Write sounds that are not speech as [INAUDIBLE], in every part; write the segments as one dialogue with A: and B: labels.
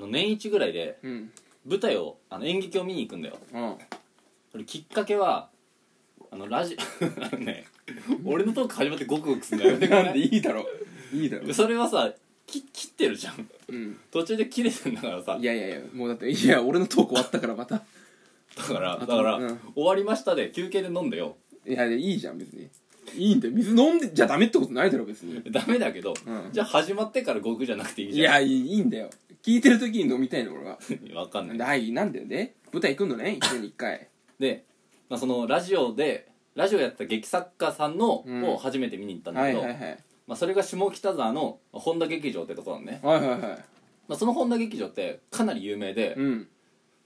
A: の年一ぐらいで
B: うん
A: 舞台をあの演劇を見に行くんだよ
B: うん
A: それきっかけはあのラジ [LAUGHS] あのね俺のトーク始まってゴクゴクすんだよ
B: なんでいいだろいいだろ
A: それはさき切ってるじゃん
B: うん
A: 途中で切れてんだからさ
B: いやいやいやもうだっていや俺のトーク終わったからまた
A: だからだ
B: あ
A: から、
B: うん
A: 終わりましたで休憩で飲んでよ
B: いやいやいいじゃん別にいいんだよ水飲んでじゃダメってことないだろ別に
A: ダメだけど、
B: うん
A: じゃあ始まってからゴクじゃなくていい
B: い
A: じゃ
B: や
A: ん
B: いいいいんだよ聞いてる時に飲みたいの俺は
A: やわかんない
B: はいなんだよね舞台行くのね一年に一
A: [LAUGHS]
B: 回
A: で、まあ、そのラジオでラジオやってた劇作家さんの、
B: うん
A: を初めて見に行ったんだ
B: は
A: け
B: い
A: ど、
B: はいはい
A: まあ、それが下北沢の本田劇場ってとこなのね、
B: はいはいはい
A: まあ、その本田劇場ってかなり有名で、
B: うん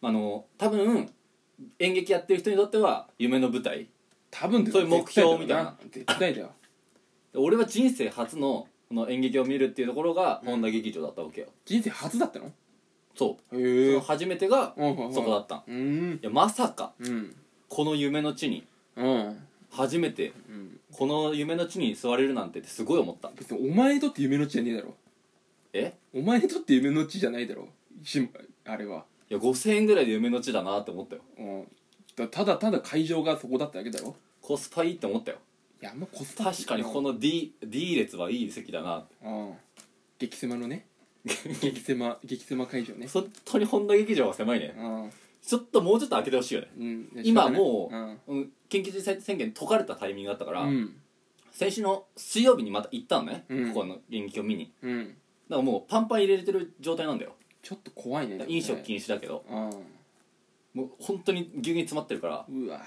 A: あの多分演劇やってる人にとっては夢の舞台
B: 多分だよ
A: そういう目標みたいな
B: 絶対だよ
A: で俺は人生初のこの演劇を見るっていうところが本田劇場だったわけよ、
B: 人生初だったの
A: そう
B: へ
A: その初めてがそ
B: そ
A: こだったんい
B: うん
A: やまさか
B: うん
A: この夢の地に
B: うん
A: 初めて
B: うん
A: この夢の地に座れるなんてってすごい思った
B: 別にお前にとって夢の地じゃねえだろ
A: え
B: お前にとって夢の地じゃないだろしあれはい
A: や5000円ぐらいで夢の地だなって思ったよ
B: うんだただただ会場がそこだっただけだろ
A: コスパいいって思ったよ
B: いやあんまコスパ
A: 確かにこの D, D 列はいい席だなって
B: うん激狭の
A: [LAUGHS]
B: ね激狭激狭会場ね
A: 本当に本田劇場は狭いね
B: うん
A: ちょっともうちょっと開けてほしいよね、
B: うん
A: 今もう
B: うん
A: うん、緊急事態宣言解かれたタイミングだったから、
B: うん
A: 先週の水曜日にまた行ったのね、
B: うん
A: ここの演劇を見に
B: うん
A: だからもうパンパン入れてる状態なんだよ
B: ちょっと怖いね
A: だか
B: でも
A: ら
B: ね
A: 飲食禁止だけど
B: う
A: もう本当に牛乳詰まってるから
B: んうわ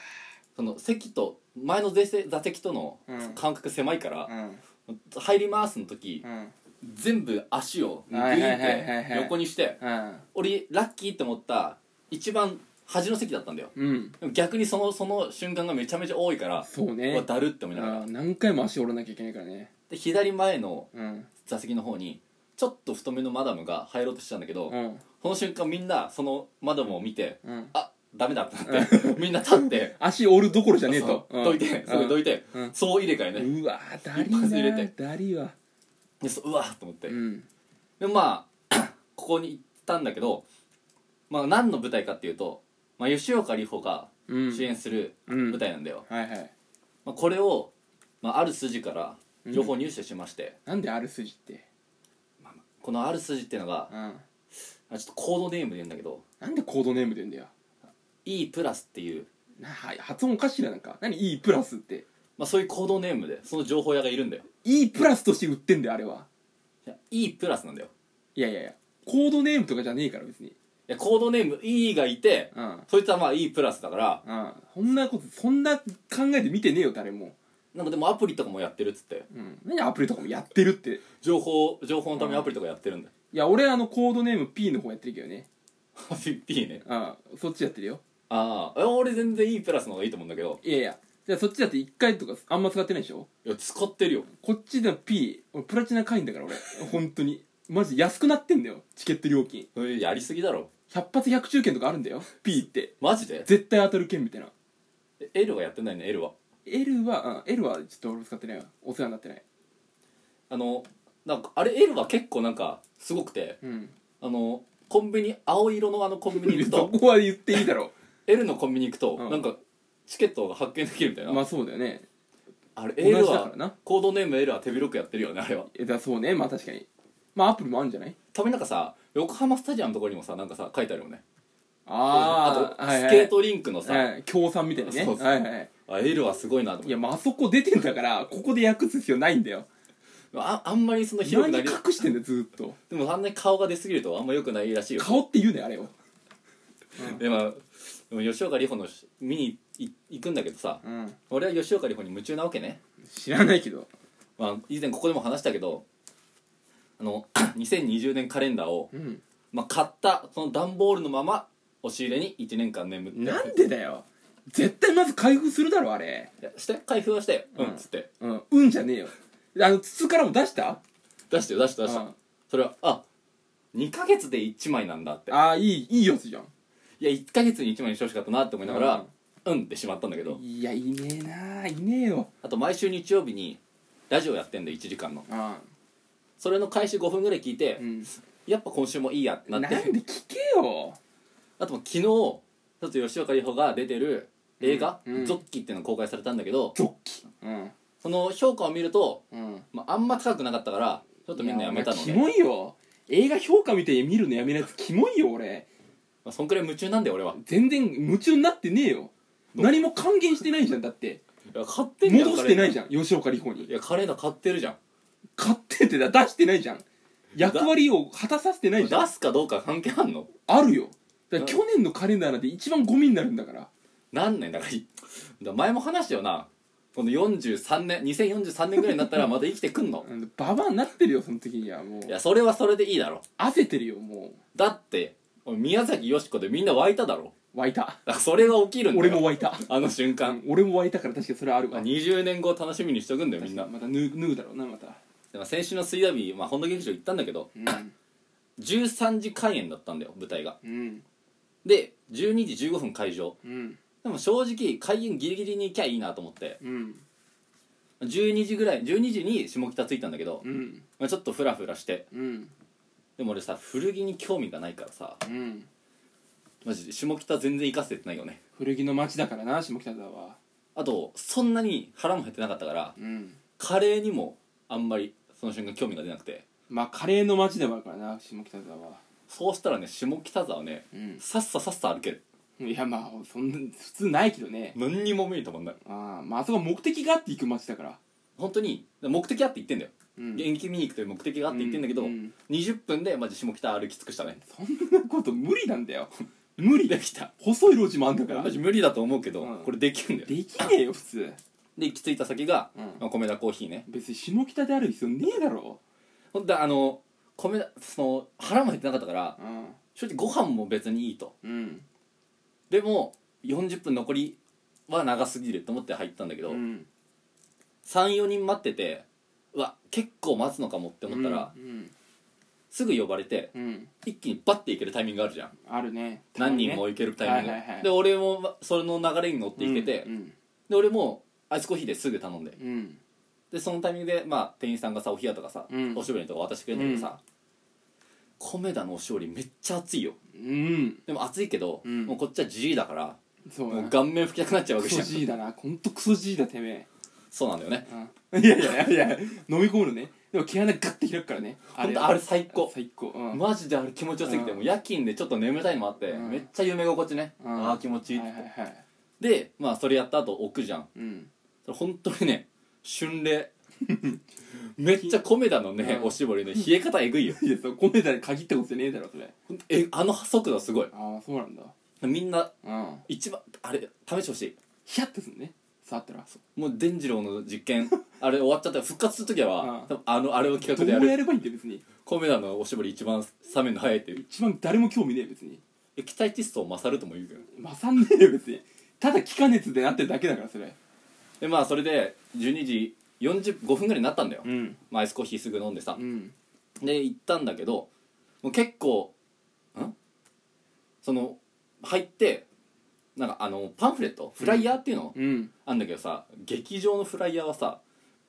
A: その席と前の座席座席との
B: うん
A: 間隔狭いから
B: う、ん
A: 入りますの時、
B: うん
A: 全部足をグイ
B: はいはい
A: ーっ
B: はいはい
A: て
B: はい
A: 横にして
B: うん
A: 俺ラッキーって思った一番端の席だったんだよ
B: うん
A: でも逆にそのその瞬間がめちゃめちゃ多いから
B: そう
A: うわ
B: ね
A: だるって思いながら
B: あー何回も足折らなきゃいけないからね
A: で左前の
B: うん
A: 座席の方にちょっと太めのマダムが入ろうとしてたんだけど、
B: うん
A: その瞬間みんなそのマダムを見て
B: うん
A: あダメだってなって [LAUGHS] みんな立って
B: 足折るどころじゃねえと
A: そうどいてそれどいて
B: うん
A: そう入れ替えね
B: うわダリ
A: 一発入れ
B: な
A: て
B: ダリは
A: でそううわーと思って
B: うん
A: でもまあ [COUGHS] ここに行ったんだけど、まあ、何の舞台かっていうと、まあ、吉岡里帆が
B: うん
A: 主演する
B: うん
A: 舞台なんだよ、
B: はいはい
A: まあ、これを、まあ、ある筋から情報入手しまして、
B: なんである筋って
A: このある筋っていうのが
B: うん
A: あちょっとコードネームで言うんだけど
B: なんでコードネームで言うんだよ
A: E プラスっていう、
B: なはい発音おかしいななんか何 E プラスって
A: まあ、そういうコードネームでその情報屋がいるんだよ
B: E プラスとして売ってんだよあれはい
A: や E プラスなんだよ
B: いやいやいやコードネームとかじゃねえから別に
A: いやコードネーム E がいて
B: うん
A: そいつはまあ E プラスだから
B: うんそんなことそんな考えて見てねえよ誰も
A: なんかでもアプリとかもやってるっつって
B: うん何アプリとかもやってるって
A: 情報情報のためにアプリとかやってるんだよ [LAUGHS]
B: いや俺あのコードネーム P の方やってるけどね
A: P ね
B: うんそっちやってるよ
A: ああ俺全然 E プラスの方がいいと思うんだけど
B: いやいやじゃあそっちだって1回とかあんま使ってないでしょ
A: いや使ってるよ
B: こっちでは P 俺プラチナ会員だから俺 [LAUGHS] 本当にマジ安くなってんだよチケット料金
A: それやりすぎだろ
B: 100発100中券とかあるんだよ P って
A: マジで
B: 絶対当たる券みたいな
A: え L はやってないね L は
B: L は、うん、L はちょっと俺使ってないわお世話になってない
A: あのなんかあれ L は結構なんかすごくて
B: うん
A: あのコンビニ青色のあのコンビニ行く
B: そ
A: と
B: こは言っていいだろ
A: L のコンビニ行くと、
B: うん
A: なんかチケットが発見できるみ [LAUGHS] たいな、
B: まあそうだよね
A: あれ
B: 同じ
A: L
B: だか
A: は
B: らな
A: コードネーム L は手広くやってるよねあれは
B: えだそうねまあ確かにまあアプリもあるんじゃない
A: たまになんかさ横浜スタジアムのところにもさなんかさ書いてあるよね
B: あ
A: と
B: あはいは
A: ス
B: い
A: ケートリンクのさ、
B: はい協賛みたいなね
A: そうそう
B: はいはい
A: あ L はすごいなと思
B: い
A: っ
B: や
A: て
B: まああそこ出てんだからここで訳す必要ないんだよ
A: ああんまりその広く
B: 何
A: なり
B: 隠してんだよずーっと
A: でもあんなに顔が出すぎるとあんま良くないらしいよ
B: 顔って言うねあれを
A: でまあでも吉岡里帆のし見にい行くんだけどさ
B: うん
A: 俺は吉岡里帆に夢中なわけね、
B: 知らないけど
A: まあ、以前ここでも話したけどあの [CLEARS THROAT] 2020年カレンダーを、
B: うん
A: まあ、買ったその段ボールのまま押し入れに1年間眠って
B: なんでだよ絶対まず開封するだろあれ
A: いやして開封はしてう
B: うん
A: んっつって
B: うんうんじゃねえよあの筒からも出した
A: 出してよ出して出し
B: う
A: た
B: ん
A: それはあ2ヶ月で1枚なんだって
B: ああいいいいやつじゃん
A: いや1ヶ月に1枚にしてほしかったなって思いながらうんってしまったんだけど
B: いやいねえなあいねえよ
A: あと毎週日曜日にラジオやってんだよ1時間の
B: あ
A: それの開始5分ぐらい聞いて
B: うん
A: やっぱ今週もいいやってな
B: なん
A: っ
B: で
A: て
B: 聞けよ
A: あともう昨日ちょっと吉岡里帆が出てる映画「
B: うんうん
A: ゾッキ」っていうのが公開されたんだけど
B: ゾッキうん
A: その評価を見ると、
B: うん
A: まあ、あんま高くなかったからちょっとみんなやめたの
B: い
A: ね
B: やお前キモいよ映画評価見て見るのやめるやつキモいよ俺
A: まあ、そんくらい夢中なんだよ俺は
B: 全然夢中になってねえよ何も還元してないじゃんだって
A: いや買ってんじゃん
B: 戻してないじ
A: ゃ
B: ゃん吉岡里帆に
A: いやカレンダー買ってるじゃん
B: 買っててだ出してないじゃん役割を果たさせてないじゃん
A: 出すかどうか関係あんの
B: あるよだから去年のカレンダーなんて一番ゴミになるんだから
A: なんないんだからいだから前も話したよなこの43年2043年ぐらいになったらまた生きてくんの
B: うんババアになってるよその時にはもう
A: いやそれはそれでいいだろ
B: 焦ってるよも
A: だって俺宮崎美子でみんな湧いただろ
B: う湧いた
A: だからそれが起きるんだ
B: 俺
A: よ
B: も湧いた
A: あの瞬間
B: 俺も湧いたから確かにそれはある
A: まあ
B: わ
A: 20年後を楽しみにしとくんだよみんな
B: また脱ぐ脱ぐだろうなまた
A: でも先週の水曜日、まあ、本田劇場行ったんだけど
B: うん
A: 13時開演だったんだよ舞台が
B: うん
A: で12時15分会場
B: うん
A: でも正直開演ギリギリに行きゃいいなと思って
B: うん
A: 12時ぐらい12時に下北着いたんだけど、
B: うん
A: まあ、ちょっとフラフラして
B: うん
A: でも俺さ古着に興味がないからさ
B: うん
A: マジで下北全然行かせてないよね
B: 古着の街だからな下北沢は
A: あとそんなに腹も減ってなかったから
B: うん
A: カレーにもあんまりその瞬間興味が出なくて
B: まあカレーの街でもあるからな下北沢は
A: そうしたらね下北沢ね
B: うん
A: さっささっさ歩ける
B: いやまあそんな普通ないけどね
A: 何にも目に留まんない
B: ああまああそこは目的があって行く街だから
A: 本当に目的あって言ってんだよ、
B: うん
A: 現役見に行くという目的があって言ってんだけど、
B: うんうん
A: 20分でマジ下北歩き尽くしたね
B: そんなこと無理なんだ
A: [LAUGHS]
B: よ無理
A: できた
B: 細い路地もあんだから
A: マ
B: で
A: ジ無理だと思うけど、
B: うん
A: これできるんだよ
B: きねえよ普通
A: で行き着いた先が、
B: うん
A: まあ米田コーヒーね
B: 別に下北である必要ねえだろ
A: ほんとあの米田その腹も減ってなかったから
B: うん
A: 正直ご飯も別にいいと
B: うん
A: でも40分残りは長すぎると思って入ったんだけど、
B: うん
A: 34人待っててうわ結構待つのかもって思ったら、
B: うん
A: すぐ呼ばれて
B: うん、うん
A: 一気にバッて行けるタイミングあるじゃん、
B: あるね
A: 何人も行けるタイミング、
B: はいはいはい
A: で俺もまその流れに乗って行けて、
B: うん
A: で俺もアイスコーヒーですぐ頼んで
B: うん
A: でそのタイミングで、まあ、店員さんがさお冷やとかさ、
B: うん
A: おしぼりとか渡してくれるんだけどさ、米田のおしぼりめっちゃ熱いよ
B: うん
A: でも熱いけど、
B: うん
A: もうこっちはじじいだから
B: そう
A: もう
B: だ
A: 顔面拭きたくなっちゃうわ
B: ク
A: けじ
B: ソ
A: ゃん
B: じいだなほんとクソじいだてめ
A: そうなんだよね
B: え、うん、いやいやいやいや飲み込むのねでも毛穴ガッて開くからね
A: ほんとあれ最高
B: 最高うん
A: マジであれ気持ちよすぎて、
B: うん
A: もう夜勤でちょっと眠たいのもあって、
B: うん
A: めっちゃ夢心地ね、
B: うん
A: ああ気持ちいいっ
B: は
A: て、
B: いはいはい
A: でまあそれやった後置くじゃん
B: うん
A: それ本当にね春
B: [LAUGHS]
A: 麗めっちゃ米田のね
B: うん
A: おしぼりの冷え方えぐいよ
B: いやそう米田に限ったことじゃねえだろそれ
A: えあの速度すごい
B: ああそうなんだ
A: みんな
B: うん
A: 一番あれ試してほし
B: ヒヤッとするね触ったら
A: いもう伝次郎の実
B: [LAUGHS]
A: 験あれ終わっちゃったら復活する時は
B: うん
A: 多分あのあれを企画
B: ど
A: でや
B: うや
A: る
B: ればいいんだよ別に
A: 米田のおしぼり一番冷めるの早いっていう
B: 一番誰も興味ねえ別に
A: 液体窒素を勝るとも言うけど
B: 勝んねえよ別にただ気化熱でなってるだけだからそれ
A: でまあそれで12時45分ぐらいになったんだよ、
B: ん
A: まあ、アイスコーヒーすぐ飲んでさ
B: う、ん
A: で行ったんだけどもう結構んその入ってなんかあのパンフレットフライヤーっていうの、
B: うん
A: あんだけどさ劇場のフライヤーはさ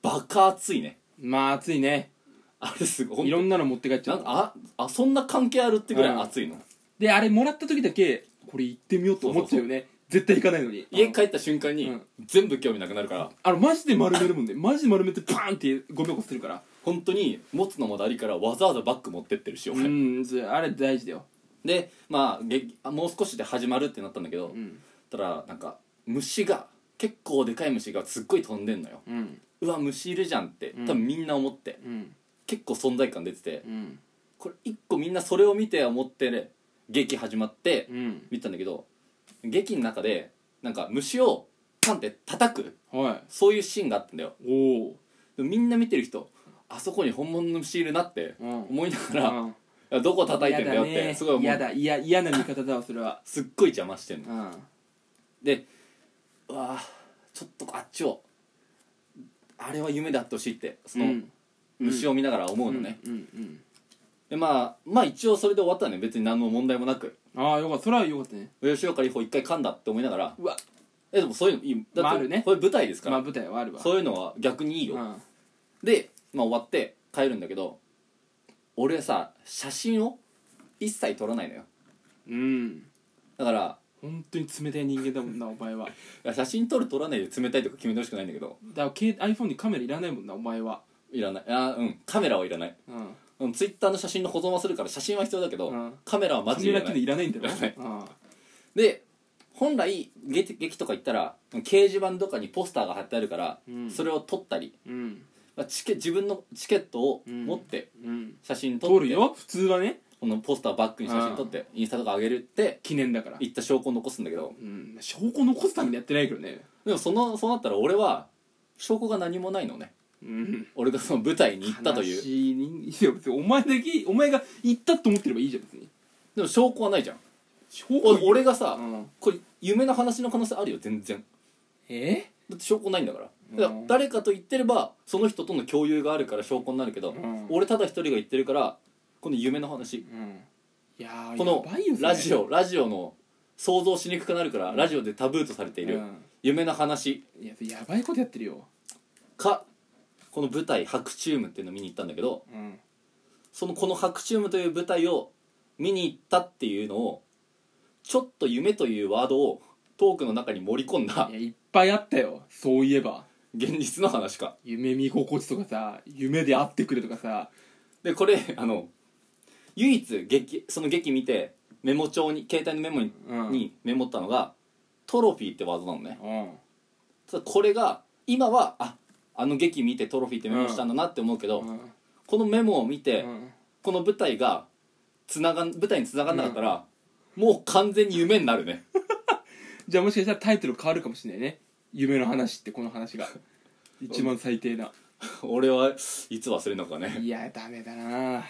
A: バカ熱いね
B: まあ暑いね
A: あれすごい
B: いろんなの持って帰っちゃ
A: なん
B: う
A: かああそんな関係あるってぐらい熱いの、
B: であれもらった時だけこれ行ってみようと思っちゃうよね絶対行かないのに
A: 家帰った瞬間に、
B: うん
A: 全部興味なくなるから
B: あのマジで丸めるもんねマジで丸めてパーンってゴミ箱捨てるから
A: 本当に持つのもだりからわざわざバッグ持ってってるし
B: う
A: 俺、
B: んそれあれ大事だよ
A: でまあ劇あもう少しで始まるってなったんだけど、
B: ん
A: たらなんか虫が結構でかい虫がすっごい飛んでんのよ
B: うん
A: うわ虫いるじゃんって
B: うん
A: 多分みんな思って、
B: うん
A: 結構存在感出てて
B: うん
A: これ一個みんなそれを見て思って、ね、劇始まって
B: うん
A: 見てたんだけど劇の中でなんか虫をパンって叩く
B: は
A: そういうシーンがあったんだよ
B: いおお
A: でもみんな見てる人あそこに本物の虫いるなって
B: うん
A: 思いながら、いやどこ叩いてんだよってすごい思
B: 嫌
A: う
B: だ嫌嫌な見方だわそれは
A: すっごい邪魔してんの
B: うん
A: でうわーちょっとあっちをあれは夢であってほしいってその虫を見ながら思うのね、
B: うんうん
A: でまあまあ一応それで終わったね別に何の問題もなく
B: ああよかったそれはよかったね
A: 吉岡里帆一回噛んだって思いながら
B: うわ
A: えでもそういうのいいだ
B: まあ
A: っ
B: あ
A: て、
B: るね
A: これ舞台ですから、
B: まあ舞台はあるわ
A: そういうのは逆にいいよ、
B: うん
A: で、まあ、終わって帰るんだけど俺さ写真を一切撮らないのよ
B: うん
A: だから
B: 本当に冷たい人間だも
A: [LAUGHS]
B: んなお前はい
A: や写真撮る撮らないで冷たいとか決めてほしくないんだけど
B: だから携 iPhone にカメラいらないもんなお前はい
A: らないあうんカメラはいらない
B: うん
A: うんツイッターの写真の保存はするから写真は必要だけど、
B: うん
A: カメラはマ
B: カ
A: ジで
B: メ
A: いら
B: ラ
A: な
B: 機能
A: い
B: いらないんだろ
A: いらない
B: うん
A: で本来劇劇とか行ったら掲示板とかにポスターが貼ってあるから、
B: うん
A: それを撮ったり、
B: うん
A: まあ、チケ自分のチケットを
B: うん
A: 持って
B: うん
A: 写真撮って、
B: 通るよ普通はね
A: このポスターバックに写真撮って、インスタとか上げるって
B: 記念だから
A: 言った証拠を残すんだけど
B: うん証拠残すためにやってないけどね
A: でもそのそうなったら俺は証拠が何もないのね
B: うん
A: 俺がその舞台に行ったという
B: いいや別にお前だけお前が行ったと思ってればいいじゃん別に
A: でも証拠はないじゃん
B: 証
A: お俺がさ、
B: うん
A: これ夢の話の可能性あるよ全然
B: え
A: だって証拠ないんだからだから
B: うん
A: 誰かと言ってればその人との共有があるから証拠になるけど、
B: うん
A: 俺ただ一人が言ってるからこの夢の話
B: うんいやー
A: この
B: やばいよそれ
A: ラジオラジオの想像しにくくなるからラジオでタブーとされている、
B: うん
A: 夢の話
B: いややばいことやってるよ
A: かこの舞台「白チューム」っていうのを見に行ったんだけど
B: うん
A: そのこの「白チューム」という舞台を見に行ったっていうのをちょっと夢というワードをトークの中に盛り込んだ
B: いやいっぱいあったよそういえば
A: 現実の話か
B: 夢見心地とかさ夢で会ってくれとかさ
A: でこれあの唯一劇その劇見てメモ帳に携帯のメモに,、
B: うん
A: にメモったのがトロフィーってワードなのね
B: うん
A: ただこれが今はああの劇見てトロフィーってメモしたんだなって思うけど、
B: うん
A: このメモを見て、
B: うん
A: この舞台がつながん舞台に繋がんなかったら、もう完全に夢になるね [LAUGHS]
B: じゃあもしかしたらタイトル変わるかもしれないね夢の話ってこの話 [LAUGHS] が一番最低な
A: 俺はいつ忘れるのかね
B: いやダメだな